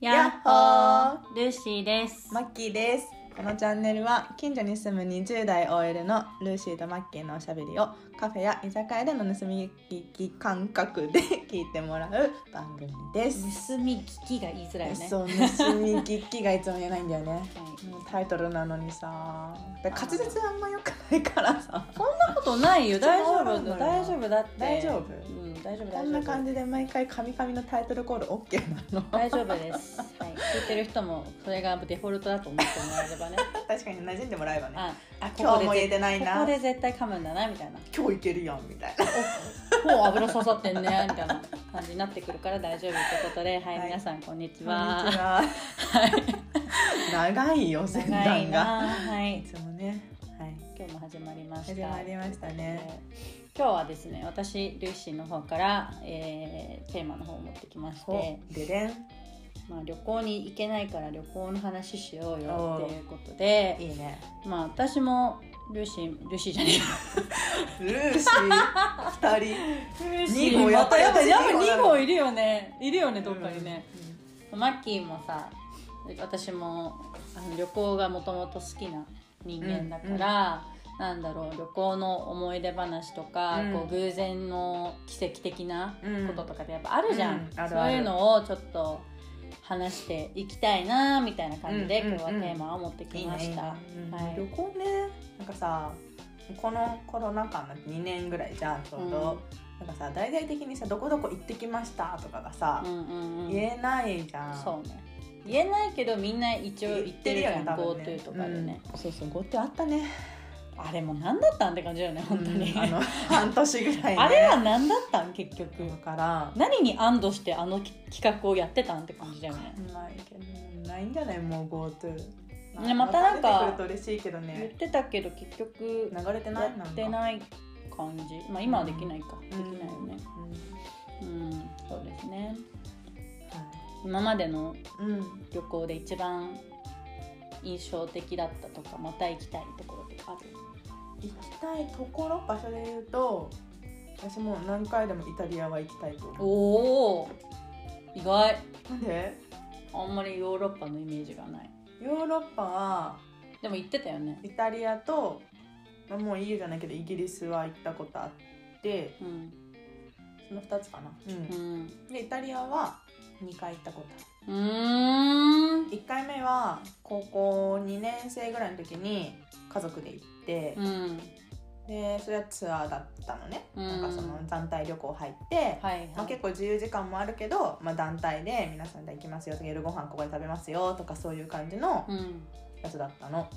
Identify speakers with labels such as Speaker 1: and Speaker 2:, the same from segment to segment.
Speaker 1: やっほールーシーです。
Speaker 2: マッキーですこのチャンネルは近所に住む20代 OL のルーシーとマッキーのおしゃべりをカフェや居酒屋での盗み聞き感覚で聞いてもらう番組です、
Speaker 1: 盗み聞きが言いづらいよね。
Speaker 2: そう盗み聞きがいつも言えないんだよね
Speaker 1: はい
Speaker 2: うんタイトルなのにさで滑舌あんま良くないからさ
Speaker 1: そんなことないよ。大丈
Speaker 2: そうなん
Speaker 1: 夫。
Speaker 2: だよ
Speaker 1: 大丈夫だって。
Speaker 2: 大丈夫
Speaker 1: うん、大丈夫。
Speaker 2: こんな感
Speaker 1: じ。
Speaker 2: じで毎回カミカミのタイトルコール OK なの
Speaker 1: 大丈夫です。はい。聞いてる人もそれがデフォルトだと思ってもらえれば ね。
Speaker 2: 確かに馴染んでもらえばね
Speaker 1: あ、あ
Speaker 2: 今日も言え
Speaker 1: こ
Speaker 2: てないな
Speaker 1: こで絶対噛むんだなみたいな。
Speaker 2: 今日いけるやんみたいな
Speaker 1: おもう油刺さってんねみたいな感じになってくるから大丈夫ということで、はい、
Speaker 2: はい
Speaker 1: 皆さんこんにち
Speaker 2: こんにち
Speaker 1: は。
Speaker 2: は長いよ前
Speaker 1: 長い
Speaker 2: 段が
Speaker 1: な。はいい。
Speaker 2: つもねはい
Speaker 1: 今日も始まりました。
Speaker 2: 始まりましたね
Speaker 1: 今日はですね私ルーシーの方から、えーテーマの方を持ってきまし
Speaker 2: ほ
Speaker 1: て、
Speaker 2: でれん
Speaker 1: まあ、旅行に行けないから旅行の話しようよっていうことで、
Speaker 2: いいね
Speaker 1: まあ、私もルーシールーシーじゃね
Speaker 2: ルーシー 二
Speaker 1: えルー
Speaker 2: シー
Speaker 1: ま
Speaker 2: ま
Speaker 1: た
Speaker 2: た
Speaker 1: やっ
Speaker 2: やっ
Speaker 1: ぱ
Speaker 2: ぱ
Speaker 1: やっぱ
Speaker 2: 二号
Speaker 1: 2号いるよねいるよね
Speaker 2: 人
Speaker 1: どっかにね、マッキーもさ私もあの旅行がもともと好きな人間だから、なんだろう旅行の思い出話とか、
Speaker 2: うん
Speaker 1: こう偶然の奇跡的な
Speaker 2: うん
Speaker 1: こととかってやっぱあるじゃん、
Speaker 2: うんあるある
Speaker 1: そういうのをちょっと話していきたいなみたいな感じで、
Speaker 2: うんうんうん
Speaker 1: 今日はテーマを持ってきました
Speaker 2: いいねいいね
Speaker 1: はい
Speaker 2: 旅行ねなんかさこのコロナ禍の2年ぐらいじゃんちょうど、なんかさ大々的にさ「どこどこ行ってきました」とかがさ
Speaker 1: う、んうんうん
Speaker 2: 言えないじゃん
Speaker 1: そうね言えないけどみんな一応言ってるじゃん GoTo とかでね、、
Speaker 2: うんそうそう GoTo あったね
Speaker 1: あれも何だったんって感じだよね本当に、
Speaker 2: うん あの半年ぐらい、ね、
Speaker 1: あれは何だったん結局
Speaker 2: だから
Speaker 1: 何に安堵してあのき企画をやってたんって感じだよね
Speaker 2: ないけどないんじゃないもう GoTo
Speaker 1: ねまたなんか
Speaker 2: 出てくると嬉しいけど
Speaker 1: 言っ
Speaker 2: ね
Speaker 1: てたけど結局
Speaker 2: 流れてな
Speaker 1: や
Speaker 2: いなんか
Speaker 1: ってない感じまあ今はできないか、でき
Speaker 2: うん
Speaker 1: ないよね
Speaker 2: うん
Speaker 1: うんそうですね
Speaker 2: はい
Speaker 1: 今までの
Speaker 2: うん
Speaker 1: 旅行で一番印象的だったとかまた行きたいところとかある
Speaker 2: 行きたいところ場所で言うと私もう何回でもイタリアは行きたいと思
Speaker 1: おお意外
Speaker 2: うなんで
Speaker 1: あんまりヨーロッパのイメージがない
Speaker 2: ヨーロッパは
Speaker 1: でも行ってたよね
Speaker 2: イタリアと、まあ、もう EU じゃないけどイギリスは行ったことあって
Speaker 1: うん
Speaker 2: その2つかな、
Speaker 1: う
Speaker 2: うんんでイタリアは2回行ったことある
Speaker 1: うーん
Speaker 2: 1回目は高校2年生ぐらいの時に家族で行って、
Speaker 1: うん
Speaker 2: でそれはツアーだったのね、
Speaker 1: うん
Speaker 2: なんかその団体旅行入って、
Speaker 1: はいはい、
Speaker 2: まあ、結構自由時間もあるけど、まあ、団体で皆さんで行きますよとか夜ご飯ここで食べますよとかそういう感じの
Speaker 1: うん
Speaker 2: やつだったの。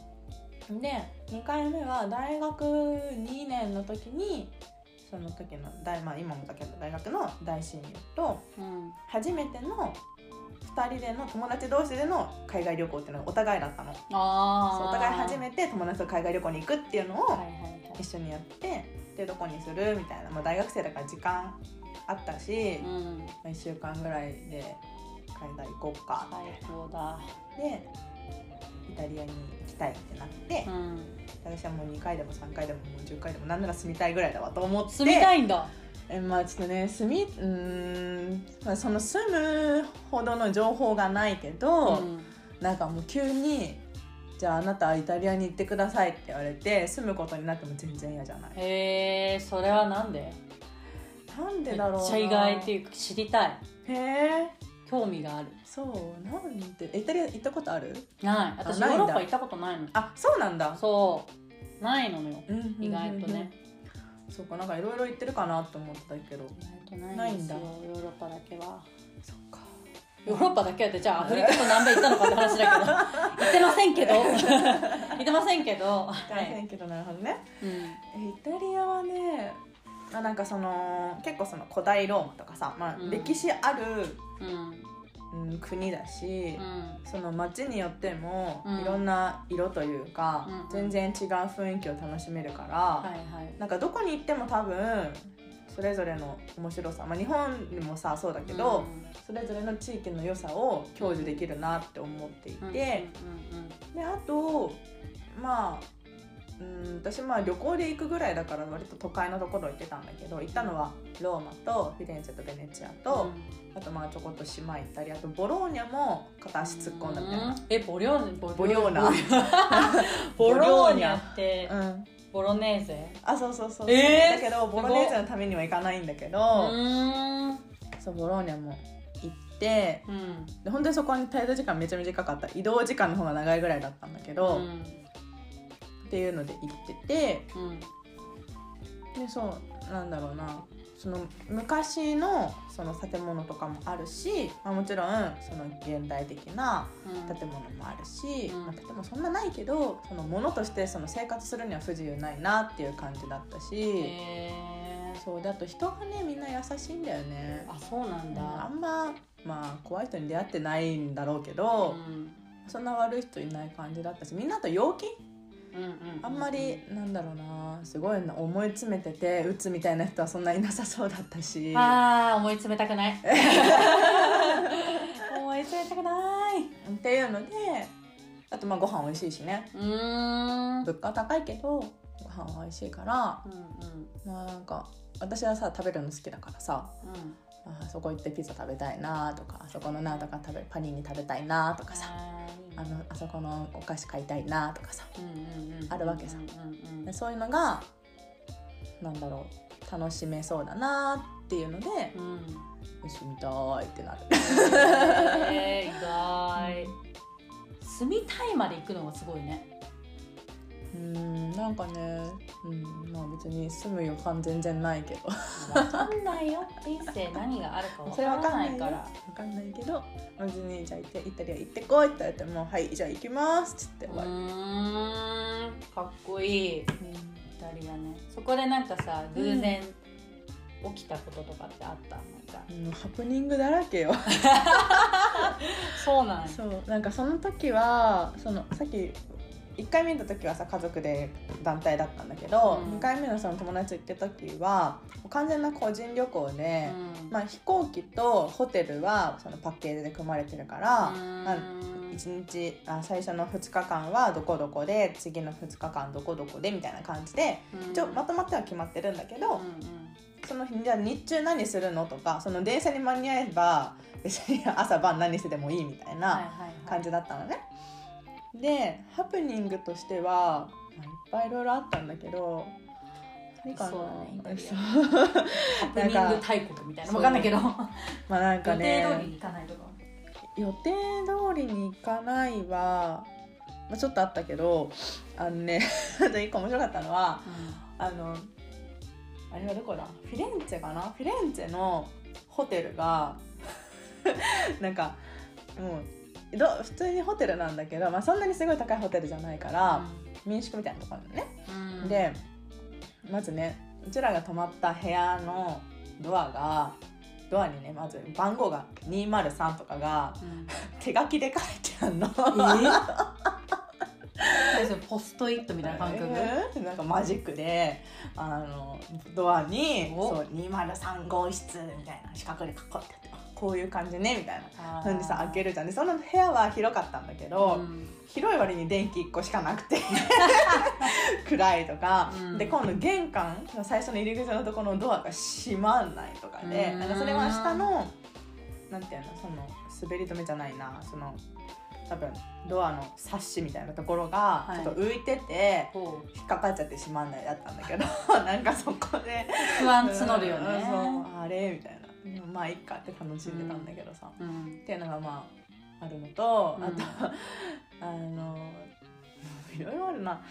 Speaker 2: で2回目は大学2年の時にその時の大、まあ、今もだけど大学の大親友と
Speaker 1: うん
Speaker 2: 初めての2人での友達同士での海外旅行っていうのがお互いだったの。
Speaker 1: あ
Speaker 2: そう
Speaker 1: あ
Speaker 2: お互い初めて友達と海外旅行に行くっていうの
Speaker 1: はい
Speaker 2: を
Speaker 1: はいはい
Speaker 2: 一緒にやってでどこにするみたいな、まあ、大学生だから時間あったし、
Speaker 1: う
Speaker 2: ま
Speaker 1: ん
Speaker 2: あ、1週間ぐらいで海外行こうか
Speaker 1: 最高だ
Speaker 2: でイタリアに行きたいってなって
Speaker 1: う、ん
Speaker 2: 私はもう2回でも3回でももう10回でも何なら住みたいぐらいだわと思って
Speaker 1: 住みたいんだ
Speaker 2: えまあちょっとね住みうーん、まあ、その住むほどの情報がないけど、
Speaker 1: ん
Speaker 2: なんかもう急に「じゃああなたはイタリアに行ってください」って言われて住むことになっても全然嫌じゃない
Speaker 1: へえそれはなんで
Speaker 2: なんでだろうな
Speaker 1: めっちゃ意外っていうか知りたい
Speaker 2: へえ
Speaker 1: 興味がある
Speaker 2: そうなんでえイタリア行ったことある
Speaker 1: ない私ヨ
Speaker 2: ない
Speaker 1: ー
Speaker 2: んだ
Speaker 1: ロッパ行ったことないの
Speaker 2: あそうなんだ
Speaker 1: そうないのよ
Speaker 2: うんうんうんうん
Speaker 1: 意外とね
Speaker 2: そうかなんかいろいろ行ってるかなと思ってたけど
Speaker 1: 意外とない
Speaker 2: ない
Speaker 1: んで
Speaker 2: ん
Speaker 1: す
Speaker 2: だ
Speaker 1: よヨーロッパだけは
Speaker 2: そっか
Speaker 1: ヨーロッパだけはってじゃあアフリカと南米行ったのかって話 だけど行ってませんけど行ってませんけどは
Speaker 2: 大
Speaker 1: い、
Speaker 2: 変けどなるほどね
Speaker 1: うん
Speaker 2: えイタリアはねあなんかその結構その古代ローマとかさ、まあ
Speaker 1: うん
Speaker 2: 歴史ある、
Speaker 1: うん
Speaker 2: うん、国だし、
Speaker 1: うん
Speaker 2: その街によっても
Speaker 1: うん
Speaker 2: いろんな色というか、
Speaker 1: うんうん
Speaker 2: 全然違う雰囲気を楽しめるから、
Speaker 1: はいはい
Speaker 2: なんかどこに行っても多分それぞれの面白さ、まあ、日本にもさそうだけど、それぞれの地域の良さを享受できるなって思っていて、
Speaker 1: うん、
Speaker 2: で
Speaker 1: うんうんうん
Speaker 2: あとまあうん私まあ旅行で行くぐらいだから割と都会のところ行ってたんだけど行ったのはローマとフィレンツェとベネチアと、あとまあちょこっと島行ったりあとボローニャも片足突っ込んだみたいな
Speaker 1: えボリョーニボ
Speaker 2: ボリョーナ
Speaker 1: ボローニャって
Speaker 2: うん
Speaker 1: ボロネーゼ
Speaker 2: あそうそうそう、
Speaker 1: えー
Speaker 2: だけどボロネーゼのためにはいかないんだけ
Speaker 1: う
Speaker 2: ど、
Speaker 1: ーん
Speaker 2: そうボローニャも行って
Speaker 1: うん
Speaker 2: で本当にそこに滞在時間めちゃ短かった移動時間の方が長いぐらいだったんだけ
Speaker 1: う
Speaker 2: ど、
Speaker 1: ん
Speaker 2: っていうので行ってて
Speaker 1: うん
Speaker 2: でそうなんだろうなその昔のその建物とかもあるし、まあ、もちろんその現代的な建物もあるし、
Speaker 1: うん
Speaker 2: まあ、建物そんなないけどその物としてその生活するには不自由ないなっていう感じだった
Speaker 1: へ
Speaker 2: し、
Speaker 1: え
Speaker 2: そうであと人がねみんな優しいんだよね。
Speaker 1: あそうなん
Speaker 2: あ
Speaker 1: だ
Speaker 2: んままあ怖い人に出会ってないんだろうけど、
Speaker 1: ん
Speaker 2: そんな悪い人いない感じだったしみんなあと陽気
Speaker 1: うんうん
Speaker 2: あんまりなんだろうなすごいな思い詰めてて鬱みたいな人はそんないなさそうだったし
Speaker 1: あー思い詰めたくない思い詰めたくない
Speaker 2: っていうのであとまあご飯美味しいしね
Speaker 1: うーん
Speaker 2: 物価は高いけどご飯は美味しいから
Speaker 1: うんうん
Speaker 2: まあなんか私はさ食べるの好きだからさ
Speaker 1: うん
Speaker 2: あーそこ行ってピザ食べたいなとかあそこのなんとか食べパニーニ食べたいなとかさ
Speaker 1: あ
Speaker 2: あのあそこのお菓子買いたいなとかさ
Speaker 1: ーうんうんうん
Speaker 2: あるわけさ
Speaker 1: うんうんうん
Speaker 2: でそういうのがなんだろう楽しめそうだなっていうので
Speaker 1: う、ん
Speaker 2: よしみたいってなる。
Speaker 1: えー、意外住みたいまで行くのがすごいね
Speaker 2: うんなんかね、うん、まあ別に住む予感全然ないけど
Speaker 1: わかんないよ人生何があるかわ
Speaker 2: そ
Speaker 1: か
Speaker 2: れわ
Speaker 1: ら
Speaker 2: かん
Speaker 1: な
Speaker 2: ない
Speaker 1: いか
Speaker 2: か
Speaker 1: らら
Speaker 2: わかんないけど別にじゃあ行ってイタリア行ってこいって言われても「はいじゃあ行きます」っつって
Speaker 1: う
Speaker 2: 終わる、
Speaker 1: ーんかっこいいイタリアねそこでなんかさ
Speaker 2: う
Speaker 1: 偶
Speaker 2: ん
Speaker 1: 然起きたこととかってあったなんか
Speaker 2: うんハプニングだらけよ
Speaker 1: そうなん
Speaker 2: そうなんかその時はそのさっき1回目の時はさ家族で団体だったんだけど、
Speaker 1: うん
Speaker 2: 2回目のその友達行った時はもう完全な個人旅行で、まあ、飛行機とホテルはそのパッケージで組まれてるから、まあ、1日あ最初の2日間はどこどこで次の2日間どこどこでみたいな感じで一応まとまっては決まってるんだけど、その日じゃあ日中何するのとかその電車に間に合えば 別に朝晩何してでもいいみたいな感じ
Speaker 1: だ
Speaker 2: だったのね。でハプニングとしては、まあいっぱいいろいろあったんだけど何かな
Speaker 1: そうだねイタリ
Speaker 2: そう
Speaker 1: ハプニング大国みたいなわかんないけど
Speaker 2: まあなんか
Speaker 1: 予定
Speaker 2: ね
Speaker 1: 通りに行かないとか
Speaker 2: 予定通りに行かないは、まあ、ちょっとあったけどあのね あと一個面白かったのはあのあれはどこだフィレンツェかなフィレンツェのホテルが なんかもうど普通にホテルなんだけど、まあ、そんなにすごい高いホテルじゃないから民宿みたいなところなのね、
Speaker 1: うん
Speaker 2: でまずねうちらが泊まった部屋のドアがドアにねまず番号が203とかが
Speaker 1: うん
Speaker 2: 手書きで書いて あんの。
Speaker 1: でそのポストイットみたいな感覚
Speaker 2: えーなんかマジックであのドアに「
Speaker 1: お
Speaker 2: そう203号室」みたいな四角で囲ってあってあこういう感じねみたいな。
Speaker 1: あ
Speaker 2: そんでさ開けるじゃんでその部屋は広かったんだけど、
Speaker 1: うん
Speaker 2: 広い割に電気1個しかなく て暗いとか、
Speaker 1: うん
Speaker 2: で今度玄関の最初の入り口のところのドアが閉まんないとかで、
Speaker 1: うん
Speaker 2: なんかそれは下のなんていうのその滑り止めじゃないなその多分ドアのサッシみたいなところが
Speaker 1: はい
Speaker 2: ちょっと浮いてて、
Speaker 1: こう
Speaker 2: 引っかかっちゃって閉まんないだったんだ けどなんかそこで
Speaker 1: 不安募るよ
Speaker 2: うん
Speaker 1: ね
Speaker 2: そうあれみたいなでもまあいっかって楽しんでたんだけどさ、
Speaker 1: うん
Speaker 2: っていうのがまああるのと、
Speaker 1: うん
Speaker 2: あと あのいろいろあるな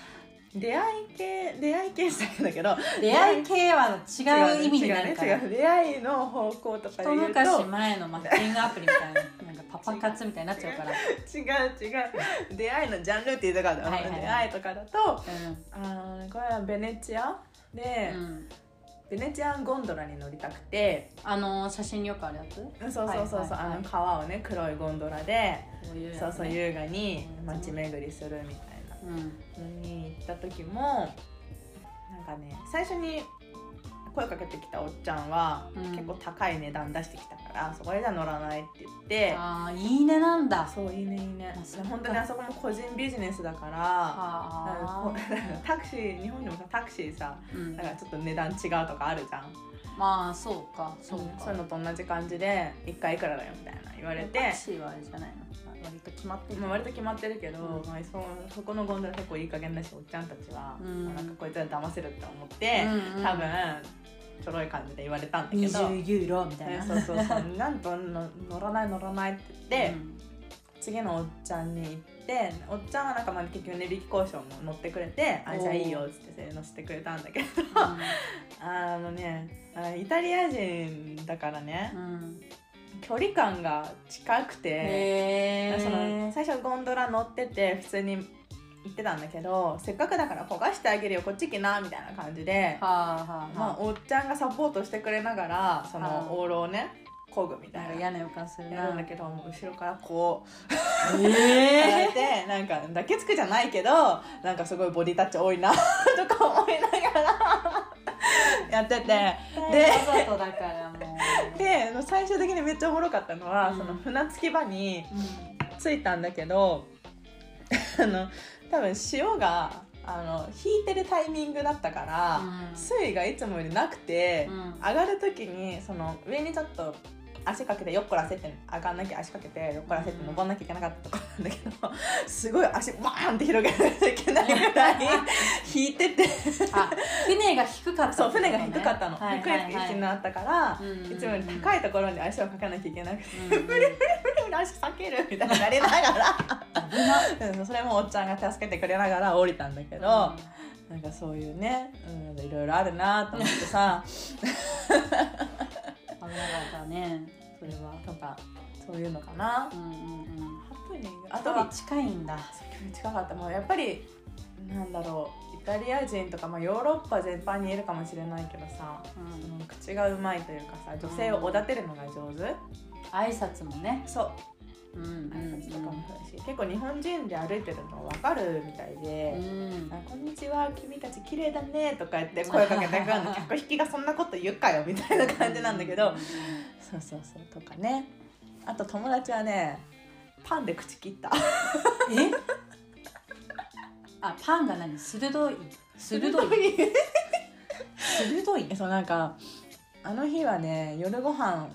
Speaker 2: 出会い系出会い系したんだけど
Speaker 1: 出会い系は違う意味になるから
Speaker 2: 違う,、ね、違う出会いの方向とかで
Speaker 1: 一
Speaker 2: 言うと
Speaker 1: 昔前のマッチングアプリみた いななんかパパ活みたいになっちゃうから
Speaker 2: 違う 違う出会いのジャンルって言うとから、
Speaker 1: はいはいはい
Speaker 2: 出会いとかだとあのこれはベネチアで、
Speaker 1: うん、うん、
Speaker 2: ベネチアンゴンドラに乗りたくて
Speaker 1: あの写真よくあるやつこ
Speaker 2: そうそうそうそう、
Speaker 1: はいはいはい
Speaker 2: あの川をね黒いゴンドラで、
Speaker 1: ういうやつ、ね、
Speaker 2: そうそう優雅に街巡りするみたいな
Speaker 1: うん
Speaker 2: のに行った時もなんかね最初に声かけてきたおっちゃんは、
Speaker 1: うん
Speaker 2: 結構高い値段出してきたからそこでじゃ乗らないって言って
Speaker 1: ああいいねなんだ
Speaker 2: そういいねいいね
Speaker 1: あそっか
Speaker 2: 本当にあそこも個人ビジネスだから
Speaker 1: あ
Speaker 2: なんかこうタクシー日本でもさタクシーさ
Speaker 1: ーうん
Speaker 2: なんかちょっと値段違うとかあるじゃん
Speaker 1: まあそうか
Speaker 2: そ
Speaker 1: そうう
Speaker 2: いう
Speaker 1: か、
Speaker 2: のと同じ感じで1回いくらだよみたいな言われて
Speaker 1: タクシーはあれじゃないのあ割と決まってる
Speaker 2: まあ割と決まってるけど、
Speaker 1: うん
Speaker 2: まあ、そそこのゴンドラ結構いい加減だしおっちゃんたちは、
Speaker 1: うん
Speaker 2: もうなんかこいつら騙せるって思って、
Speaker 1: うんうん
Speaker 2: 多分ちょろい感じで言われたんだけど、
Speaker 1: 20ユーロみたい
Speaker 2: ね
Speaker 1: な
Speaker 2: そうそうそうなんとの乗らない乗らないって言って、
Speaker 1: うん
Speaker 2: 次のおっちゃんに行っておっちゃんはなんかまあ結局値引き交渉も乗ってくれて「あ
Speaker 1: おー
Speaker 2: じゃあいいよ」っつってせーのしてくれたんだけど
Speaker 1: う
Speaker 2: あのねあイタリア人だからね、
Speaker 1: ん うん
Speaker 2: 距離感が近くて。
Speaker 1: へ
Speaker 2: その
Speaker 1: え
Speaker 2: 最初ゴンドラ乗ってて普通に行ってたんだけどせっかくだから焦がしてあげるよこっち来なみたいな感じで、
Speaker 1: はあはあ
Speaker 2: まあ、
Speaker 1: は
Speaker 2: おっちゃんがサポートしてくれながらそ
Speaker 1: は
Speaker 2: の
Speaker 1: あ
Speaker 2: オールをねこぐみ
Speaker 1: あ
Speaker 2: た
Speaker 1: なんか
Speaker 2: いな。
Speaker 1: 嫌な予感する
Speaker 2: や
Speaker 1: な
Speaker 2: るんだけどもう後ろからこうやっ
Speaker 1: え
Speaker 2: てなんか抱きつくじゃないけどなんかすごいボディタッチ多いな とか思いながらやってて
Speaker 1: ー、
Speaker 2: で
Speaker 1: わざとだからもう
Speaker 2: で最終的にめっちゃおもろかったのは、
Speaker 1: うん
Speaker 2: その船着き場に
Speaker 1: うん
Speaker 2: 着いたんだけど あの多分潮があの引いてるタイミングだったから、
Speaker 1: うん
Speaker 2: 水位がいつもよりなくて、
Speaker 1: うん
Speaker 2: 上がる時にその上にちょっと足かけてよっこらせって上がんなきゃ足かけてよっこらせって登んなきゃいけなかったとこなんだけど すごい足バーンって広げないといけないぐら い引いてて
Speaker 1: あ船が低かったってことね、
Speaker 2: そう船が低かったの、
Speaker 1: はい
Speaker 2: 低
Speaker 1: はいいはい
Speaker 2: 位置になったから、
Speaker 1: うん
Speaker 2: いつもより高いところに足をかけなきゃいけなくて。
Speaker 1: うんうん
Speaker 2: 足避けるみたいなやりながら
Speaker 1: 危な
Speaker 2: うんそれもおっちゃんが助けてくれながら降りたんだけど、なんかそういうね、うん、いろいろあるなと思って さ
Speaker 1: うん危なかったねそれは
Speaker 2: なんかそういうのかな
Speaker 1: う。んうんうん
Speaker 2: ハプニングあ
Speaker 1: あ
Speaker 2: と
Speaker 1: とは
Speaker 2: は
Speaker 1: 近いんだ
Speaker 2: 距離近かったもうやっぱりなんだろうイタリア人とか、まあ、ヨーロッパ全般にいるかもしれないけどさ、
Speaker 1: うん
Speaker 2: その口がうまいというかさ女性をおだてるのが上手、
Speaker 1: 挨拶もね
Speaker 2: そう
Speaker 1: うん
Speaker 2: 挨拶とかもそうだし、結構日本人で歩いてるの分かるみたいで。
Speaker 1: うん
Speaker 2: あこんにちは君たち綺麗だねとか言って声かけてくるの 客引きがそんなこと言うかよみたいな感じなんだけどそうそうそうとかねあと友達はねパンで口切った
Speaker 1: えあパンが何鋭い鋭い 鋭い
Speaker 2: そうなんかあの日はね夜ご飯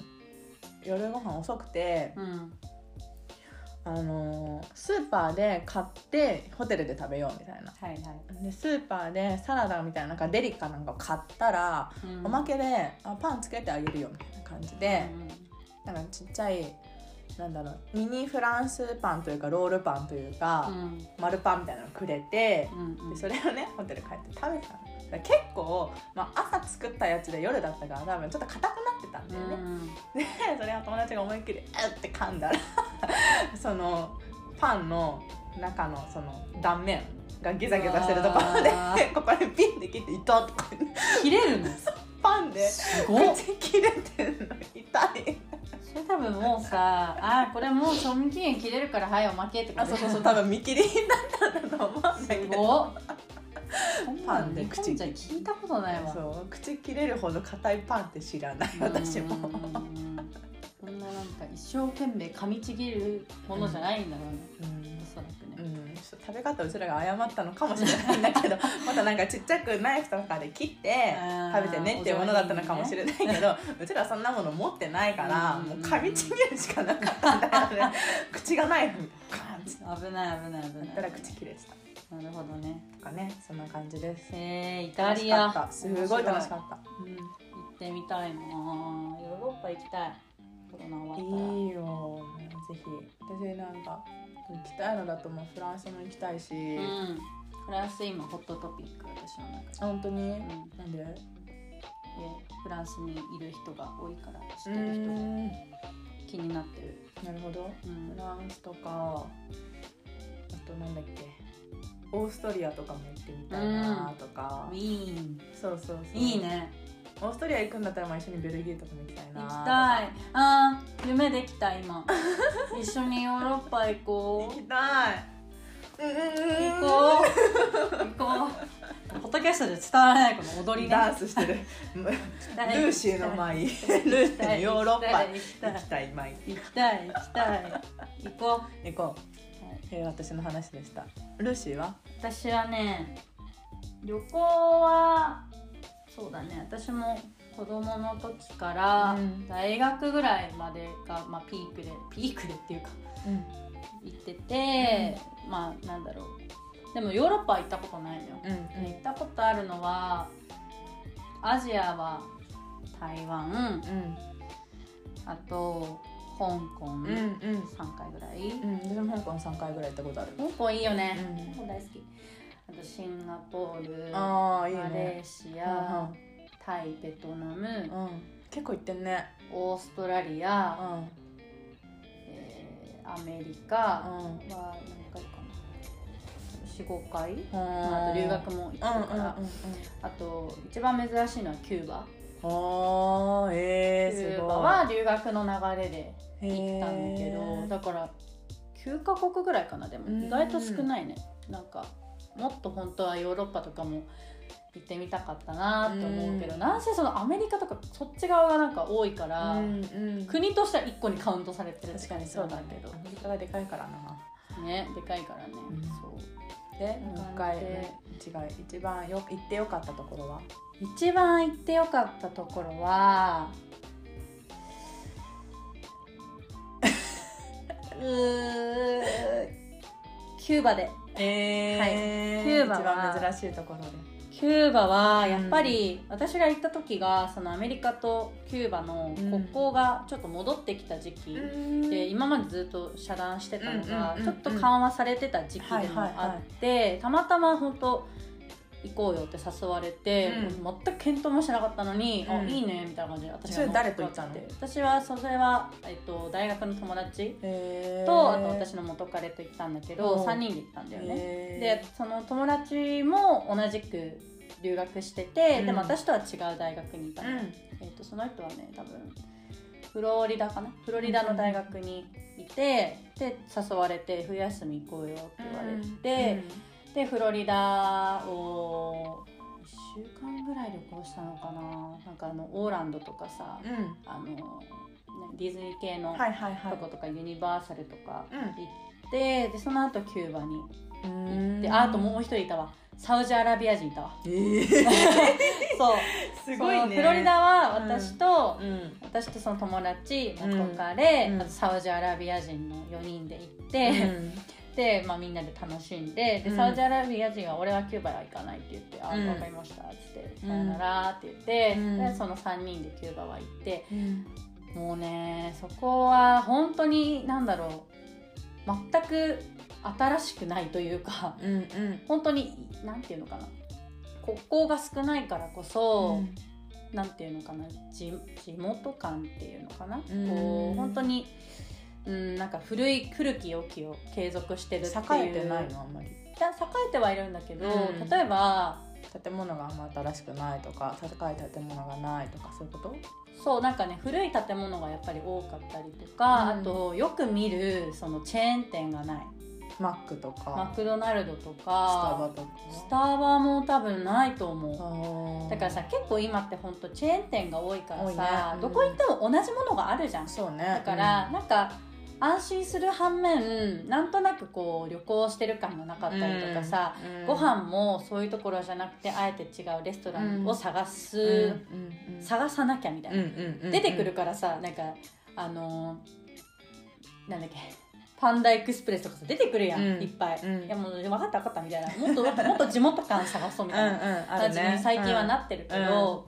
Speaker 2: 夜ご飯遅くて
Speaker 1: うん
Speaker 2: あのースーパーで買ってホテルで食べようみたいな
Speaker 1: はいはい、
Speaker 2: でスーパーでサラダみたいななんかデリカなんかを買ったら、
Speaker 1: うん
Speaker 2: おまけであパンつけてあげるよみたいな感じで、なんかちっちゃいなんだろうミニフランスパンというかロールパンというか
Speaker 1: う、ん
Speaker 2: 丸パンみたいなのくれて
Speaker 1: う、んうん
Speaker 2: でそれをねホテル帰って食べたのだから結構、まあ、朝作ったやつで夜だったから多分ちょっと硬くなってたんだよね、 でそれは友達が思いっきり「えっ!」って噛んだら そのパンの中のその断面がギザギザしてるところで
Speaker 1: うわー
Speaker 2: ここでピンで切って「痛っ!」とか言って
Speaker 1: 切れるの
Speaker 2: パンです
Speaker 1: ごっ
Speaker 2: 口切れてるの痛い
Speaker 1: それ多分もうさあーこれもう賞味期限切れるからはいおまけってこと
Speaker 2: あそうそう そう多分見切りだったんだと思うんだけ
Speaker 1: す
Speaker 2: ど
Speaker 1: ごっ
Speaker 2: パンで口
Speaker 1: 口じゃ聞いたことないわ
Speaker 2: そう口切れるほど硬いパンって知らない私も
Speaker 1: うんうんうんうんそんななんか一生懸命噛みちぎるものじゃないんだろうね、
Speaker 2: うん
Speaker 1: おそらく
Speaker 2: う
Speaker 1: ね、
Speaker 2: んちょっと食べ方うちらが誤ったのかもしれないんだけ どまたなんかちっちゃくナイフとかで切って
Speaker 1: あー
Speaker 2: 食べてねっていうものだったのかもしれないけどうちらそんなもの持ってないから
Speaker 1: うんうん
Speaker 2: も
Speaker 1: う
Speaker 2: うん噛みちぎるしかなかったんだよね 口がナイフにカーンって
Speaker 1: 危ない危ない危な
Speaker 2: やっ
Speaker 1: い
Speaker 2: たら口切れてた
Speaker 1: なるほどね
Speaker 2: とかねそんな感じです
Speaker 1: えー、イタリア
Speaker 2: 楽しかったすごい楽しかった、
Speaker 1: 面白い行ってみたいなヨーロッパ行きたいコロナ終わったら
Speaker 2: いいよ、もうぜひ。私なんか行きたいのだともうフランスも行きたいし、
Speaker 1: うんフランス今ホットトピック私の中で、
Speaker 2: 本当に、
Speaker 1: うん、で
Speaker 2: なんで？
Speaker 1: フランスにいる人が多いから知ってる人で
Speaker 2: ん
Speaker 1: 気になってる、
Speaker 2: なるほど。
Speaker 1: うん
Speaker 2: フランスとか、あとなんだっけ、オーストリアとかも行ってみたいなとか
Speaker 1: ウ。ィーン
Speaker 2: そうそうそう。
Speaker 1: いい。ね
Speaker 2: オーストリア行くんだったらまあ一緒にベルギーとかも行きたいな
Speaker 1: 行
Speaker 2: と
Speaker 1: きた
Speaker 2: か。
Speaker 1: いあー夢できた 今一緒にヨーロッパ行こう
Speaker 2: 行きたい。うんうん
Speaker 1: 行
Speaker 2: うん。
Speaker 1: こう行こうポ ッドキャストで伝わらないこの踊りね
Speaker 2: ダンスしてる。 ルーシーの 舞。ルーシーのヨーロッパ。
Speaker 1: 行きた
Speaker 2: 行
Speaker 1: い
Speaker 2: きたい舞。
Speaker 1: 行きたい行きたい行こう
Speaker 2: 行こう、えー私の話でしたルーシーは
Speaker 1: 私はね旅行はそうだね私も子供の時から
Speaker 2: うん
Speaker 1: 大学ぐらいまでが、まあ、ピークでピークでっていうか
Speaker 2: うん
Speaker 1: 行ってて、まあなんだろうでもヨーロッパは行ったことないのよ、
Speaker 2: うん
Speaker 1: 行ったことあるのはアジアは台湾
Speaker 2: うん
Speaker 1: あと香港、
Speaker 2: うん
Speaker 1: 3
Speaker 2: うん
Speaker 1: 回ぐらい、
Speaker 2: うん私も香港3回ぐらい行ったことある
Speaker 1: 香港いいよね、
Speaker 2: うん
Speaker 1: 香港大好きあとシンガポール
Speaker 2: ああいい
Speaker 1: マレ
Speaker 2: ね
Speaker 1: ーシ
Speaker 2: うん
Speaker 1: ア、タイベトナム、
Speaker 2: うんうん結構行ってんね
Speaker 1: オーストラリ
Speaker 2: う
Speaker 1: ア、
Speaker 2: ん
Speaker 1: えーアメリ
Speaker 2: う
Speaker 1: カは何
Speaker 2: ん
Speaker 1: 回かな45回、あと
Speaker 2: あ
Speaker 1: 留学も行ってるから、
Speaker 2: うんうんうん
Speaker 1: あと一番珍しいのはキューバ、
Speaker 2: うんあーえー、
Speaker 1: キ
Speaker 2: す
Speaker 1: ュー
Speaker 2: ごい
Speaker 1: バは留学の流れで
Speaker 2: 行
Speaker 1: 行ったんだけど、だから9カ国ぐらいかなでも
Speaker 2: うん
Speaker 1: 意外と少ないねなんかもっと本当はヨーロッパとかも行ってみたかったなと思うけど、
Speaker 2: うん
Speaker 1: なんせそのアメリカとかそっち側がなんか多いから、
Speaker 2: うんうん、
Speaker 1: 国としては1個にカウントされてる
Speaker 2: 確かにそ
Speaker 1: そうう
Speaker 2: だ
Speaker 1: だ
Speaker 2: け
Speaker 1: け
Speaker 2: ど
Speaker 1: ど
Speaker 2: アメリカがでかいからな
Speaker 1: ねでかいからね、
Speaker 2: うん
Speaker 1: そう
Speaker 2: で
Speaker 1: うん
Speaker 2: もう一回違う一番よ行ってよかったところは
Speaker 1: 一番行ってよかったところは うーキューバで
Speaker 2: え
Speaker 1: キューバは
Speaker 2: 一番珍しいところで
Speaker 1: キューバはやっぱり私が行った時がそのアメリカとキューバの国交がちょっと戻ってきた時期、で今までずっと遮断してたのが
Speaker 2: うんうんうんうん
Speaker 1: ちょっと緩和されてた時期でもあって、たまたま本当行こうよって誘われて、全く検討もしなかったのに、
Speaker 2: う
Speaker 1: あ
Speaker 2: ん
Speaker 1: いいねみたいな感じで私
Speaker 2: それ
Speaker 1: が
Speaker 2: 誰と行ったの
Speaker 1: 乗か私はそれは、えっと、大学の友達
Speaker 2: えー、
Speaker 1: とあと私の元彼と行ったんだけ
Speaker 2: うん
Speaker 1: ど3人で行ったんだよね。
Speaker 2: え
Speaker 1: でその友達も同じく留学してて、
Speaker 2: うん
Speaker 1: でも私とは違う大学にいた
Speaker 2: ー
Speaker 1: の、えっとその人はね多分フロリダかなフロリダの大学にいて、で誘われて冬休み行こうよって言われて、でフロリダを1週間ぐらい旅行したのかななんかあのオーランドとかさ、
Speaker 2: うん、うん
Speaker 1: あのねディズニー系の
Speaker 2: はいはいは
Speaker 1: と
Speaker 2: い
Speaker 1: ことかユニバーサルとか
Speaker 2: う
Speaker 1: 行って、でその後キューバに
Speaker 2: ん
Speaker 1: 行ってああともう一人いたわサウジアラビア人い たわ
Speaker 2: えー、
Speaker 1: そう
Speaker 2: すごい
Speaker 1: そ
Speaker 2: ね
Speaker 1: のフロリダは私と、
Speaker 2: うん
Speaker 1: 私とその友達
Speaker 2: うん
Speaker 1: 元彼、
Speaker 2: うん
Speaker 1: あとサウジアラビア人の4人で行って、で、まあ、みんなで楽しんでで、
Speaker 2: うん
Speaker 1: サウジアラビア人は俺はキューバは行かないって言って「あ
Speaker 2: うん
Speaker 1: 分かりました」っつって「さよなら」って言って、
Speaker 2: うん
Speaker 1: でその3人でキューバは行って
Speaker 2: うん
Speaker 1: もうねそこは本当になんだろう全く新しくないというか
Speaker 2: うんうん
Speaker 1: 本当になんていうのかな国交が少ないからこそ、なんていうのかな地地元感っていうのかな、
Speaker 2: うん
Speaker 1: こう本当に、うん、なんか古い古き良きを継続してるっていう
Speaker 2: 栄えてないのあんまり
Speaker 1: や栄えてはいるんだけど、
Speaker 2: うん
Speaker 1: 例えば
Speaker 2: 建物があんま新しくないとか建て替え建物がないとかそういうこと
Speaker 1: そうなんかね古い建物がやっぱり多かったりとか、
Speaker 2: うん
Speaker 1: あとよく見るそのチェーン店がない
Speaker 2: マックと
Speaker 1: マ
Speaker 2: か
Speaker 1: クドナルドと
Speaker 2: スタバ
Speaker 1: か
Speaker 2: とか
Speaker 1: スタバも多分ないと思う。
Speaker 2: あー
Speaker 1: だからさ結構今って本当チェーン店が多いからさ、
Speaker 2: 多いねうん
Speaker 1: どこ行っても同じものがあるじゃん
Speaker 2: そうね
Speaker 1: だから、なんか安心する反面なんとなくこう旅行してる感がなかったりとかさ、、
Speaker 2: うん
Speaker 1: ご飯もそういうところじゃなくてあえて違うレストランを探す、
Speaker 2: うんうんうん
Speaker 1: 探さなきゃみたいな、
Speaker 2: うんうんうん
Speaker 1: 出てくるからさなんかあのーなんだっけパンダエクスプレスとかさ出てくるやん、
Speaker 2: うん
Speaker 1: いっぱい、
Speaker 2: うん
Speaker 1: いやもう分かった分かったみたいなもっともっと地元感探そうみ
Speaker 2: うん
Speaker 1: た
Speaker 2: う
Speaker 1: い
Speaker 2: ん
Speaker 1: な、
Speaker 2: ある
Speaker 1: 感じ
Speaker 2: ね
Speaker 1: に最近はなってるけど、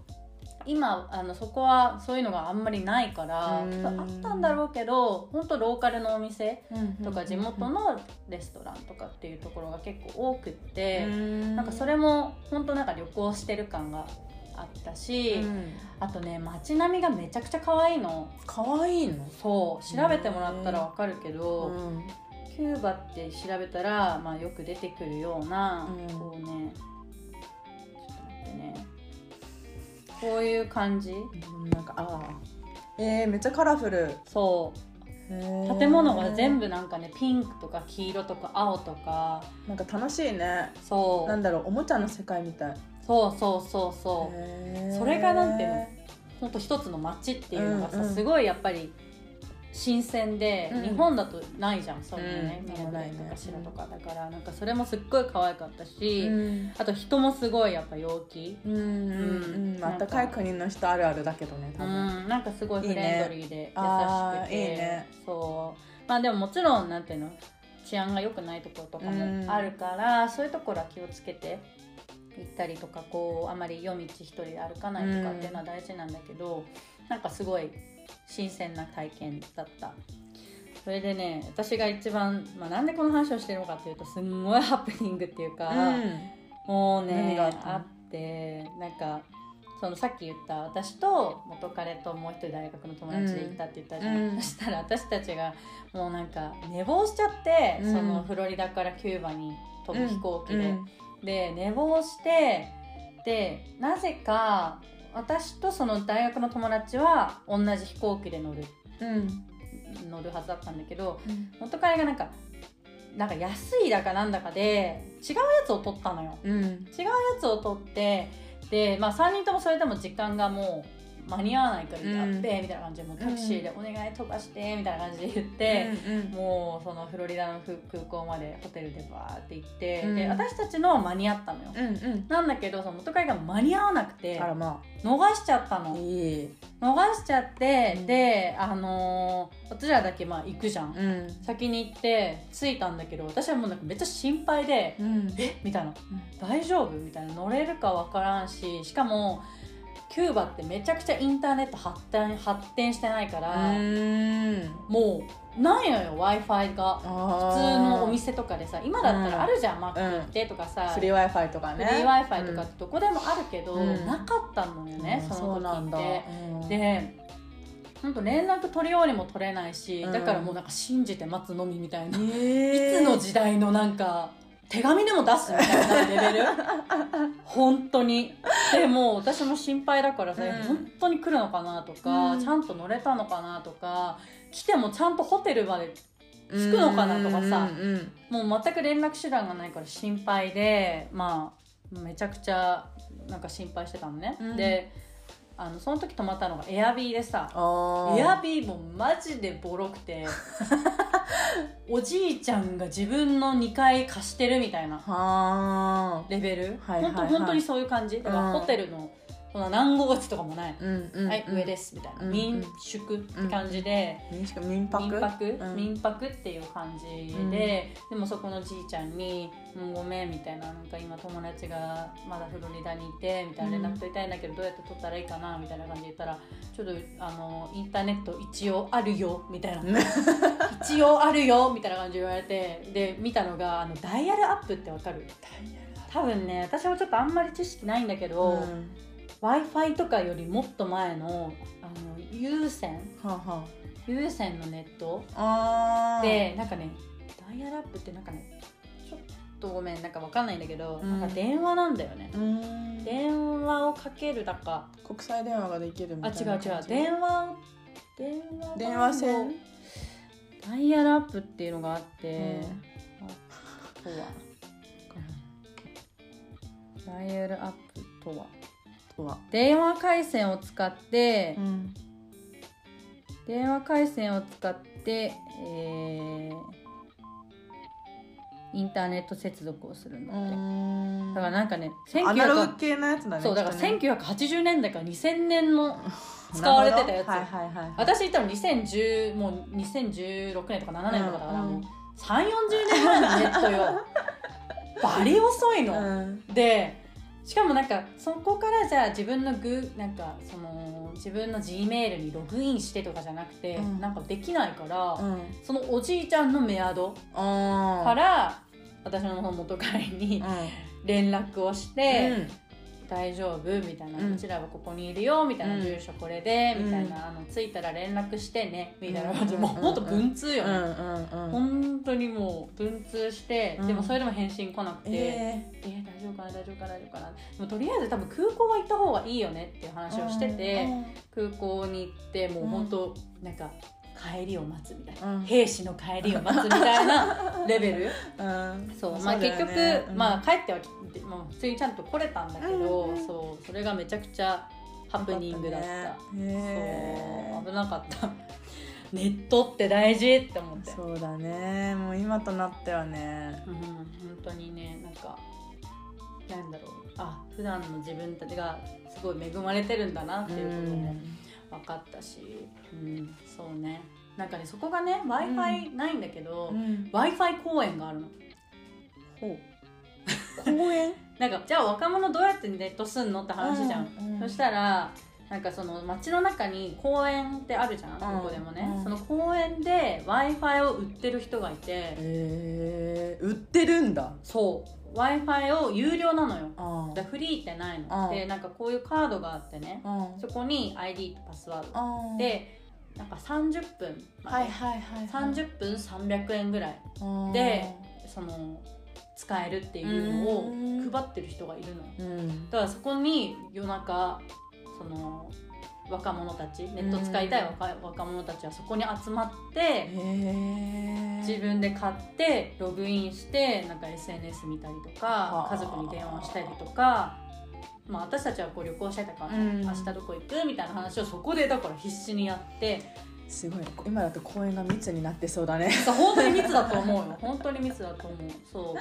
Speaker 1: 今あのそこはそういうのがあんまりないから、
Speaker 2: うん
Speaker 1: あったんだろうけど本当ローカルのお店
Speaker 2: うん
Speaker 1: とか地元のレストランとかっていうところが結構多くって、なんかそ
Speaker 2: れ
Speaker 1: れも本当なんか旅行してる感があったし、あとね街並みがめちゃくちゃ可愛いの
Speaker 2: 可愛いの
Speaker 1: そう調べてもらったらわかるけど、
Speaker 2: うん
Speaker 1: キューバって調べたら、まあ、よく出てくるような、
Speaker 2: うん
Speaker 1: こうねちょっと待ってねこういう感じ
Speaker 2: なんかあーえー、めっちゃカラフル
Speaker 1: そう建
Speaker 2: 建
Speaker 1: 物が全
Speaker 2: 部
Speaker 1: 部なんかねピンクとか黄色とか青とか
Speaker 2: なんか楽しいね
Speaker 1: そ
Speaker 2: なん
Speaker 1: う
Speaker 2: だろうおもちゃの世界みたい
Speaker 1: そうそうそうそう
Speaker 2: へー
Speaker 1: それがなんていうのほんと一つの街っていうのがさ、
Speaker 2: うんうん
Speaker 1: すごいやっぱり新鮮で、
Speaker 2: うん
Speaker 1: 日本だとないじゃんそういうね
Speaker 2: うん
Speaker 1: ミネブレと
Speaker 2: ない
Speaker 1: か
Speaker 2: ね
Speaker 1: 白とか、だからなんかそれもすっごい可愛かったし、
Speaker 2: うん
Speaker 1: あと人もすごいやっぱ陽気
Speaker 2: うんうんうん、あったかい国の人あるあるだけどね
Speaker 1: う
Speaker 2: 多分、
Speaker 1: ん、なんかすごいフレンドリーで優し
Speaker 2: あ
Speaker 1: く
Speaker 2: ー
Speaker 1: て
Speaker 2: いいね
Speaker 1: そうまあでももちろんなんていうの治安が良くないところとか
Speaker 2: うん
Speaker 1: もあるから、そういうところは気をつけて行ったりとかこうあまり夜道一人で歩かないとかっていうのは大事なんだけど、なんかすごい新鮮な体験だったそれでね私が一番、まあ、なんでこの話をしてるのかっていうとすんごいハプニングっていうか、もう
Speaker 2: 何
Speaker 1: ね
Speaker 2: があったの
Speaker 1: あってなんかそのさっき言った私と元彼ともう一人大学の友達で行ったって言ったじゃん、
Speaker 2: うん
Speaker 1: そしたら私たちがもうなんか寝坊しちゃって、
Speaker 2: うん
Speaker 1: そのフロリダからキューバに飛ぶ飛行機で、
Speaker 2: うん
Speaker 1: で寝坊してでなぜか私とその大学の友達は同じ飛行機で乗る
Speaker 2: うん
Speaker 1: 乗るはずだったんだけど元彼がなんかなんか安いだかなんだかで違うやつを取ったのよ。
Speaker 2: うん
Speaker 1: 違うやつを取ってで、まあ、3人ともそれでも時間がもう間に合わないからやって、みたいな感じでもうタクシーでお願い飛ばしてみたいな感じで言って、
Speaker 2: うんうん
Speaker 1: もうそのフロリダの空空港までホテルでバーって行って、
Speaker 2: うん
Speaker 1: で私たちのは間に合ったのよ、
Speaker 2: うんうん
Speaker 1: なんだけどその元カレが間に合わなくて
Speaker 2: あらま
Speaker 1: 逃しちゃった
Speaker 2: あ
Speaker 1: の
Speaker 2: いい
Speaker 1: 逃しちゃって、
Speaker 2: うん
Speaker 1: であのー、私らだけまあ行くじゃん、
Speaker 2: うん
Speaker 1: 先に行って着いたんだけど私はもうなんかめっちゃ心配で
Speaker 2: うん
Speaker 1: えみたいな大丈夫みたいな乗れるか分からんししかもキューバってめちゃくちゃインターネット発展発展してないから、
Speaker 2: うん
Speaker 1: もうないのよ w i f i が普
Speaker 2: 普
Speaker 1: 通のお店とかでさ今だったらあるじゃん、マック
Speaker 2: う
Speaker 1: 行
Speaker 2: ん
Speaker 1: ってとかさ、
Speaker 2: フ
Speaker 1: フリ
Speaker 2: リー Wi-Fi とかね
Speaker 1: ー w i f i とかってどこでもあるけど、
Speaker 2: うん
Speaker 1: なかったのよね、
Speaker 2: うん
Speaker 1: その
Speaker 2: うな
Speaker 1: 時
Speaker 2: ん
Speaker 1: っ
Speaker 2: だ
Speaker 1: て。
Speaker 2: うん
Speaker 1: でほんと連絡取るようにも取れないし、
Speaker 2: うん
Speaker 1: だからもうなんか信じて待つのみみたいな、い
Speaker 2: えー
Speaker 1: つの時代のなんか手紙でも出すみたいな レベル本当にでもう私も心配だからさ、
Speaker 2: うん
Speaker 1: 本当に来るのかなとか、
Speaker 2: うん
Speaker 1: ちゃんと乗れたのかなとか来てもちゃんとホテルまで着くのかなとかさ
Speaker 2: うんうんうん
Speaker 1: もう全く連絡手段がないから心配でまあめちゃくちゃなんか心配してたのね、
Speaker 2: うん
Speaker 1: であのその時泊まったのがエアビーでさ
Speaker 2: あー
Speaker 1: エアビーもマジでボロく ておじいちゃんが自分の2階貸してるみたいな
Speaker 2: は
Speaker 1: レベル、
Speaker 2: はいはいはい
Speaker 1: 本当本当にそういう感じだから
Speaker 2: うん
Speaker 1: ホテルのこの何号室とかもない、
Speaker 2: ーうんうん
Speaker 1: はい上ですすみたいな、
Speaker 2: うん
Speaker 1: 民宿って感じで、
Speaker 2: 民宿民泊
Speaker 1: 民泊、
Speaker 2: うん
Speaker 1: 民泊っていう感じで、でもそこのじいちゃんに「もうごめん」みたいな「なんか今友達がまだフロリダにいて」みたいな
Speaker 2: うん
Speaker 1: 連絡取りたいんだけどどうやって取ったらいいかなみたいな感じで言ったら「ちょっとあのインターネット一応あるよ」みたいな
Speaker 2: ね
Speaker 1: 「一応あるよ」みたいな感じで言われてで見たのがあのダイヤルアップってわかる多分ね私もちょっとあんまり知識ないんだけど、
Speaker 2: うん
Speaker 1: w i f i とかよりもっと前のあの有線
Speaker 2: はあは
Speaker 1: 有線のネット
Speaker 2: ああー
Speaker 1: でなんかねダイヤルアップってなんかねちょっとごめんなんかわかんないんだけど、
Speaker 2: うん
Speaker 1: なんか電話なんだよね
Speaker 2: う、ん
Speaker 1: 電話をかけるだか
Speaker 2: 国際電話ができるみ
Speaker 1: あ
Speaker 2: たい
Speaker 1: 違う
Speaker 2: な
Speaker 1: 違う電話を電話
Speaker 2: 電話線
Speaker 1: ダイヤルアップっていうのがあって、
Speaker 2: うん
Speaker 1: とはダイヤルアップとは
Speaker 2: とは
Speaker 1: 電話回線を使って、
Speaker 2: うん
Speaker 1: 電話回線を使って、えーインターネット接続をするんだって、だからなんかね
Speaker 2: アナロ
Speaker 1: 1900
Speaker 2: グ系のやつだね
Speaker 1: そうだから
Speaker 2: きっとね
Speaker 1: 1980年代から2000年の使われてたやつ
Speaker 2: なるほどはいはいはい
Speaker 1: 私行ったの2010もう2016年とか7年とかだから、
Speaker 2: うん
Speaker 1: もう3 4 0年ぐらいのネット よバリ遅いの、
Speaker 2: うん
Speaker 1: でしかもなんかそこからじゃあ自分のグなんかその自分の G メールにログインしてとかじゃなくて、
Speaker 2: うん
Speaker 1: なんかできないから、
Speaker 2: うん
Speaker 1: そのおじいちゃんのメアド
Speaker 2: あー
Speaker 1: から、私の元彼に連絡をして、
Speaker 2: うん
Speaker 1: 大丈夫みたいな、
Speaker 2: うん
Speaker 1: うちらはここにいるよみたいな、
Speaker 2: うん
Speaker 1: 住所これでみたいな、
Speaker 2: うん
Speaker 1: あの着いたら連絡してねみたいな
Speaker 2: うん
Speaker 1: 感じで、もう
Speaker 2: うん
Speaker 1: ほんと文通よ
Speaker 2: う
Speaker 1: ね、
Speaker 2: んうんうん
Speaker 1: 本当にもう文通して、
Speaker 2: うん
Speaker 1: でもそれでも返信来なくて、え
Speaker 2: え
Speaker 1: ー大丈夫かな大丈夫かな大丈夫かなでもとりあえず多分空港は行った方がいいよねっていう
Speaker 2: ー
Speaker 1: 話をしてて、空港に行ってもう本当、なんか帰りを待つみたいな、
Speaker 2: うん
Speaker 1: 兵士の帰りを待つみたいなレベル
Speaker 2: うん
Speaker 1: そうまあ
Speaker 2: だ
Speaker 1: 結
Speaker 2: よ
Speaker 1: 局、
Speaker 2: ねうん
Speaker 1: まあ帰ってはきて、まあ、普通にちゃんと来れたんだけど、
Speaker 2: うんうん
Speaker 1: そうそれがめちゃくちゃハプニングだった
Speaker 2: よかったねへ
Speaker 1: そう危なかった ネットって大事って思って
Speaker 2: そうだねもう今となってはね
Speaker 1: うん本当にねなんかなんだろうあ普段の自分たちがすごい恵まれてるんだなっていうことも分かったし、うん、そうねなんかねそこがね w i f i ないんだけど、
Speaker 2: うん、
Speaker 1: w i f i 公園があるの
Speaker 2: ほう公園
Speaker 1: なんかじゃあ若者どうやってネットすんのって 話じゃん、
Speaker 2: うんうん
Speaker 1: そしたらなんかその街の中に公園ってあるじゃん、
Speaker 2: うん
Speaker 1: ここでもね、
Speaker 2: うん
Speaker 1: その公園で w i f i を売ってる人がいて
Speaker 2: えー、売ってるんだ
Speaker 1: そう w i f i を有料なのよ
Speaker 2: あ
Speaker 1: だからフリーってない
Speaker 2: うん
Speaker 1: のでなんかこういうカードがあってね
Speaker 2: あ
Speaker 1: そこに ID とパスワード
Speaker 2: あ
Speaker 1: でなんか30分まで、
Speaker 2: はいはい、
Speaker 1: 30分300円ぐらい
Speaker 2: 30
Speaker 1: でその使えるっていうの
Speaker 2: うん
Speaker 1: を配ってる人がいるのよ
Speaker 2: うん
Speaker 1: だからそこに夜中その若者たちネット使いたい若,、若者たちはそこに集まって
Speaker 2: へ
Speaker 1: 自分で買ってログインしてなんか SNS 見たりとか
Speaker 2: はあ
Speaker 1: 家族に電話したりとか、まあ、私たちはこう旅行したりとか、
Speaker 2: うん
Speaker 1: 明日どこ行くみたいな話をそこでだから必死にやって
Speaker 2: すごい今だと公園が密になってそう だね
Speaker 1: そう本当に密だと思うよ本当に密だと思うそ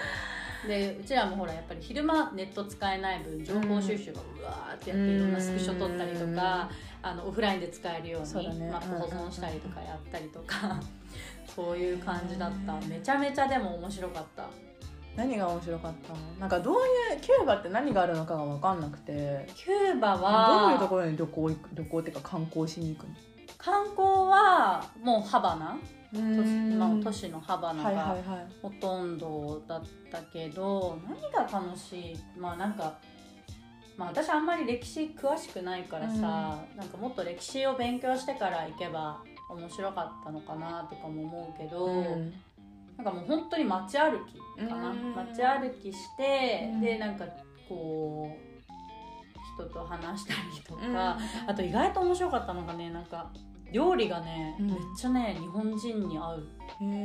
Speaker 1: うでうちらもほらやっぱり昼間ネット使えない分情報収集がうわーってやっていろんなスクショ取ったりとかあのオフラインで使えるよう
Speaker 2: そうだ
Speaker 1: に
Speaker 2: ね
Speaker 1: マップ保存したりとかやったりとかそういう感じだった
Speaker 2: うん
Speaker 1: めちゃめちゃでも面白かった
Speaker 2: 何が面白かったのなんかどういうキューバって何があるのかが分かんなくて
Speaker 1: キューバ
Speaker 2: どういうとこ
Speaker 1: は
Speaker 2: ろに旅行行く旅行っていうか観光しに行くの
Speaker 1: 観光はもうハバナ都市,、まあ、都
Speaker 2: 市
Speaker 1: 市のハバナ
Speaker 2: はいはい
Speaker 1: が
Speaker 2: はい
Speaker 1: ほとんどだったけど何が楽しいまあなんか、まあ、私あんまり歴史詳しくないからさ、なんかもっと歴史を勉強してから行けば面白かったのかなとかも思うけど、
Speaker 2: うん
Speaker 1: なんかもう本当に街歩きかな、
Speaker 2: うん
Speaker 1: 街歩きして、
Speaker 2: うん
Speaker 1: でなんかこう人と話したりと
Speaker 2: うん
Speaker 1: か、あと意外と面白かったのがねなんか料理がね、
Speaker 2: うん
Speaker 1: めっちゃね日本人に合う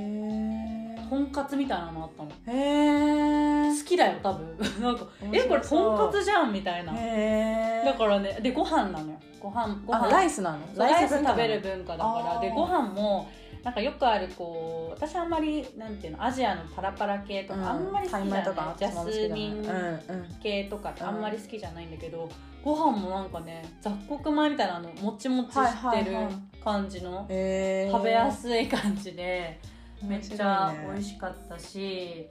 Speaker 2: へ
Speaker 1: とんかつみたいなのあったの。
Speaker 2: えへ
Speaker 1: 好きだよ多分 なんかえこれとんかつじゃんみたいな
Speaker 2: へえ
Speaker 1: だからねでご飯なのよご飯ご
Speaker 2: あ
Speaker 1: 飯
Speaker 2: ライスなの
Speaker 1: そうライス食
Speaker 2: 文化なの
Speaker 1: べる文化だか
Speaker 2: あー
Speaker 1: らでご飯もなんかよくあるこう私あんまりなんていうのアジアのパラパラ系とか、あんまり好きじゃない
Speaker 2: タイ米とか
Speaker 1: ジャスミン
Speaker 2: うんうん
Speaker 1: 系とかってあんまり好きじゃないんだけど、ご飯もなんかね雑穀米みたいなあのもちもちしてる
Speaker 2: はいはいはい
Speaker 1: 感じの、
Speaker 2: へー
Speaker 1: 食べやすい感じでめっちゃ美味
Speaker 2: しい
Speaker 1: しかったし、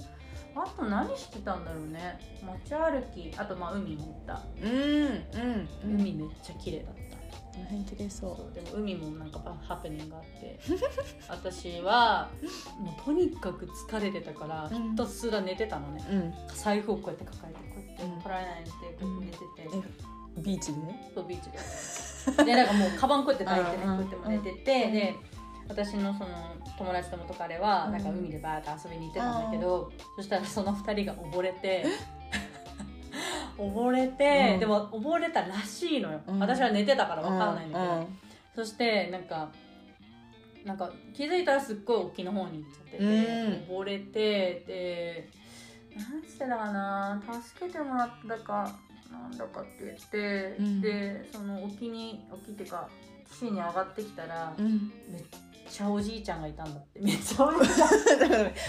Speaker 1: あと何してたんだろうね街歩きあとまあ海も行った
Speaker 2: うんうんうん
Speaker 1: 海めっちゃ綺麗だった、
Speaker 2: この辺綺麗そう
Speaker 1: そうでも海もなんかばハプニングがあって 私はもうとにかく疲れてたから
Speaker 2: うん
Speaker 1: ひたすら寝てたのね
Speaker 2: うん
Speaker 1: 財布をこうやって抱えてこうやって
Speaker 2: うん
Speaker 1: 取られないようにしてこうやって寝てて、
Speaker 2: うんビーチで
Speaker 1: そうビーチででなんかもうカバンこうやって抱いてね
Speaker 2: う
Speaker 1: こ
Speaker 2: ん
Speaker 1: うやっても寝てて、
Speaker 2: うん
Speaker 1: で私のその友達と元彼は
Speaker 2: うん
Speaker 1: なんか海でバーッと遊びに行ってたんだけど、そしたらその2人が溺れ て 溺れて、
Speaker 2: うん
Speaker 1: でも溺れたらしいのよ、
Speaker 2: うん
Speaker 1: 私は寝てたから分かんないんだけど、
Speaker 2: うん
Speaker 1: そしてなんかなんか気づいたらすっごい沖の方に行っちゃってて、
Speaker 2: うん
Speaker 1: 溺れてで何してたかな助けてもらったかなんだかって言って、
Speaker 2: うん
Speaker 1: でその沖に沖っていうか岸に上がってきたら、
Speaker 2: うんうん
Speaker 1: めっちゃおじいちゃんがいたんだってめっちゃお じいちゃん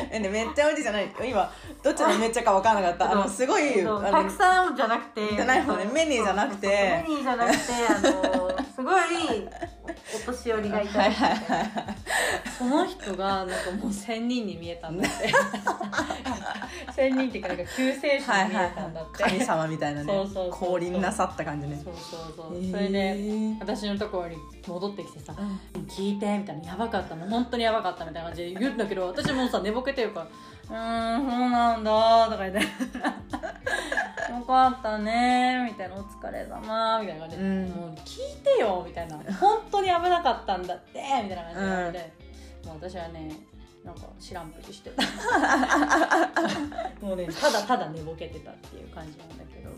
Speaker 2: えねめっちゃおじじゃない今どっちのめっちゃか分からなかったあのすごいあ
Speaker 1: た
Speaker 2: の
Speaker 1: くさんじゃなくて
Speaker 2: じゃない方ねメニーじゃなくて
Speaker 1: そうそうそうメニーじゃなくてあのすごいお年寄りがいた
Speaker 2: は
Speaker 1: ん
Speaker 2: い
Speaker 1: です
Speaker 2: はい
Speaker 1: よ
Speaker 2: はいはい
Speaker 1: その人がなんかもう1000人に見えたんだ って1000人っていうかなんか救世主
Speaker 2: は
Speaker 1: に
Speaker 2: い
Speaker 1: 見
Speaker 2: はい
Speaker 1: えたんだって、
Speaker 2: 神様みたいなね
Speaker 1: そうそうそうそう
Speaker 2: 降臨なさった感じね
Speaker 1: そうそうそう、
Speaker 2: へー
Speaker 1: それで私のところに戻ってきてさ「聞いて」みたいな「やばかったの本当にやばかった」みたいな感じで言うんだけど私もうさ寝ぼけてるから「うーんそうなんだ」とか言って 「よかったね」みたいな「お疲れ様みたいな感じで
Speaker 2: う
Speaker 1: 「
Speaker 2: ん
Speaker 1: もう聞いてよ」みたいな「本当に危なかったんだって」みたいな感じで言われて、もう私はねなんか知らんぷりして たもうねただただ寝ぼけてたっていう感じなんだけど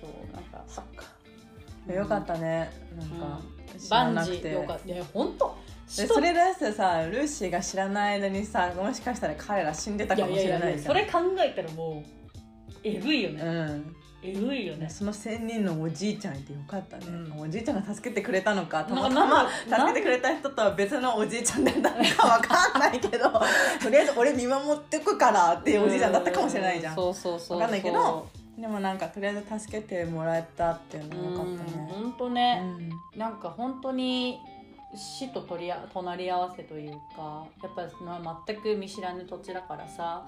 Speaker 1: そうなんかそっか
Speaker 2: よかったねなんか知ら
Speaker 1: バ
Speaker 2: な
Speaker 1: ン
Speaker 2: く
Speaker 1: ジ
Speaker 2: て
Speaker 1: ーよかったいや本当
Speaker 2: でそれだしてさルーシーが知らない間にさもしかしたら彼ら死んでた
Speaker 1: い
Speaker 2: か
Speaker 1: や
Speaker 2: も
Speaker 1: い
Speaker 2: しれ
Speaker 1: や
Speaker 2: ないい
Speaker 1: や
Speaker 2: じゃ
Speaker 1: そ
Speaker 2: ん
Speaker 1: れ考えたらもうえぐいよね、
Speaker 2: うん
Speaker 1: ええぐいよね
Speaker 2: その千人のおじいちゃんいてよかったね、
Speaker 1: うん
Speaker 2: おじいちゃんが助けてくれたのかたまた
Speaker 1: な
Speaker 2: ま
Speaker 1: んか
Speaker 2: 助
Speaker 1: なん
Speaker 2: けてくれた人とは別のおじいちゃんだったのかわかんないけ どとりあえず俺見守ってくからっていうおじいちゃんだったかもしれないじゃん
Speaker 1: うそうそうそう
Speaker 2: わかんないけどでもなんかとりあえず助けてもらえたっていう
Speaker 1: う
Speaker 2: のはよ
Speaker 1: ん
Speaker 2: かったね
Speaker 1: 本当
Speaker 2: う
Speaker 1: ね、
Speaker 2: ん
Speaker 1: なんか本当に死と取りあ隣り合わせというかやっぱりその全く見知らぬ土地だからさ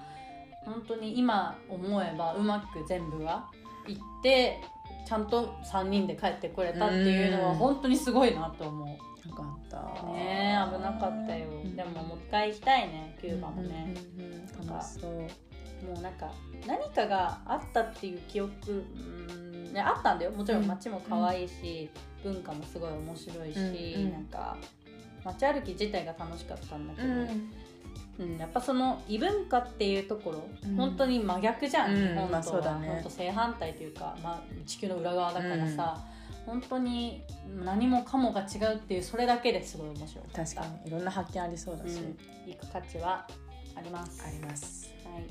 Speaker 1: 本当に今思えばうまく全部がいってちゃんと3人で帰ってこれたっていうの
Speaker 2: う
Speaker 1: は
Speaker 2: ん
Speaker 1: 本当にすごいなと思
Speaker 2: よかった
Speaker 1: うねえ危なかったよでももう一回行きたいねキューバもね
Speaker 2: うんうんうん楽しそう
Speaker 1: もうなんか何かがあったっていう記憶うーん、ね、あったんだよもちろ
Speaker 2: うんん
Speaker 1: 街も可愛いし、文化もすごい面白いし、
Speaker 2: うんうん
Speaker 1: なんか街歩き自体が楽しかったんだけ
Speaker 2: う
Speaker 1: ど、
Speaker 2: ん
Speaker 1: うんやっぱその異文化っていうところ、
Speaker 2: うん
Speaker 1: 本当に真逆じゃん、
Speaker 2: うん
Speaker 1: 日本とは、
Speaker 2: まあそうだね
Speaker 1: 本当正反対というか、まあ、地球の裏側だからさ、本当に何もかもが違うっていうそれだけですごい面白かった
Speaker 2: 確かにいろんな発見ありそうだし、
Speaker 1: うん、行く価値はあります
Speaker 2: あります
Speaker 1: はい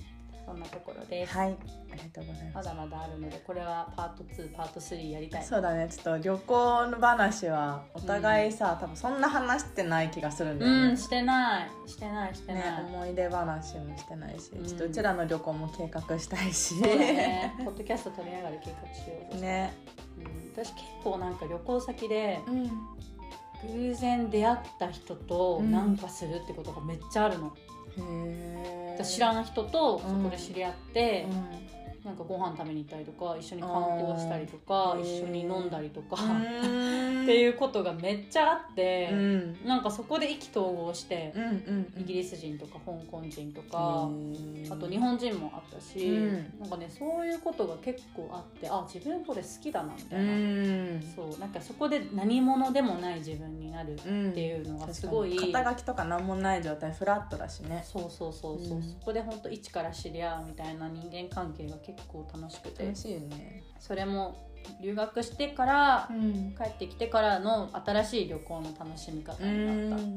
Speaker 1: そんなところです
Speaker 2: はいありがとうござい
Speaker 1: ま
Speaker 2: ます
Speaker 1: だまだあるのでこれはパート2パート3やりたい
Speaker 2: そうだねちょっと旅行の話はお互いさ、多分そんな話してない気がするんだよね,、
Speaker 1: うんしてないしてないして
Speaker 2: ね
Speaker 1: ない、
Speaker 2: 思い出話もしてないし、
Speaker 1: うん
Speaker 2: ちょっとうちらの旅行も計画したいし
Speaker 1: そうだねポッドキャスト撮りながら計画しようと、
Speaker 2: ね
Speaker 1: うん、私結構なんか旅行先で
Speaker 2: うん
Speaker 1: 偶然出会った人と
Speaker 2: うん
Speaker 1: なんかするってことがめっちゃあるの、
Speaker 2: へえ
Speaker 1: 私知ら
Speaker 2: ん
Speaker 1: ない人とそこで知り合って
Speaker 2: う、ん
Speaker 1: なんかご飯食べに行ったりとか一緒に観光したりとか
Speaker 2: あー
Speaker 1: 一緒に飲んだりとか、
Speaker 2: うん
Speaker 1: っていうことがめっちゃあっ
Speaker 2: うん
Speaker 1: て、
Speaker 2: うん
Speaker 1: なんかそこで意気投合して
Speaker 2: う、んうん
Speaker 1: イギリス人とか香港人とか、あと日
Speaker 2: 本
Speaker 1: 本人もあったし、
Speaker 2: うん
Speaker 1: なんかねそういうことが結構あってあ自分これ好きだなみた
Speaker 2: う
Speaker 1: いな、
Speaker 2: ん
Speaker 1: そうなんかそこで何者でもない自分になるっ
Speaker 2: うん
Speaker 1: ていうのがすごい、
Speaker 2: 確かに肩書きとか何もない状態フラットだしね
Speaker 1: そうそうそうそう、
Speaker 2: うん
Speaker 1: そこで本当一から知り合うみたいな人間関係が結構楽しくて、
Speaker 2: 楽しいよね
Speaker 1: それも留学してから、
Speaker 2: ん
Speaker 1: 帰ってきてからの新しい旅行の楽しみ方
Speaker 2: う
Speaker 1: になった、
Speaker 2: ん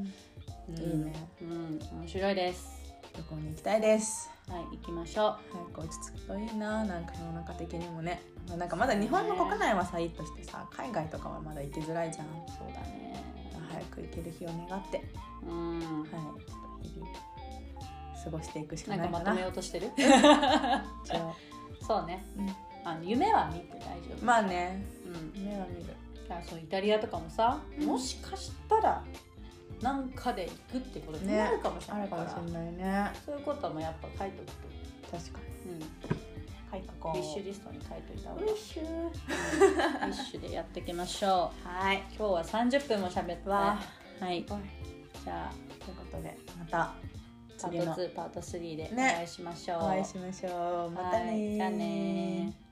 Speaker 1: うん
Speaker 2: いいね
Speaker 1: うん、面白いです
Speaker 2: 旅行に行きたいです
Speaker 1: はい行きましょう
Speaker 2: 早く落ち着くといいななんか世の中的にもねまあなんかまだ日本の国内はさいいとしてさ海外とかはまだ行きづらいじゃん
Speaker 1: そうだね
Speaker 2: 早く行ける日を願っては
Speaker 1: うん
Speaker 2: いちょっと日々過ごしていくしか
Speaker 1: なん
Speaker 2: な
Speaker 1: か
Speaker 2: いか
Speaker 1: ま
Speaker 2: な
Speaker 1: とめようとしてる
Speaker 2: 一応
Speaker 1: そうね
Speaker 2: う
Speaker 1: あの夢は見て大丈夫
Speaker 2: んまあね
Speaker 1: うん
Speaker 2: 目は見る
Speaker 1: だからそうイタリアとかもさ、
Speaker 2: うん
Speaker 1: もしかしたらなんかで行くってことになるかもしれ
Speaker 2: あ
Speaker 1: な
Speaker 2: る
Speaker 1: いか、
Speaker 2: からもしれないね
Speaker 1: そういうこともやっぱ書いとくと、
Speaker 2: 確かに
Speaker 1: うん、
Speaker 2: は
Speaker 1: ウ
Speaker 2: い
Speaker 1: ィッシュリストに書いといた方 がウィッシュウィッシュでやっていきましょう
Speaker 2: はい
Speaker 1: 今日は30分も喋った
Speaker 2: わ
Speaker 1: はい
Speaker 2: という
Speaker 1: じゃあ
Speaker 2: ことでまた
Speaker 1: パ
Speaker 2: 次
Speaker 1: ー
Speaker 2: の
Speaker 1: ト2パート3でお
Speaker 2: ね
Speaker 1: 会いしましょう、
Speaker 2: お会いしましょうまたね
Speaker 1: はいじゃあねー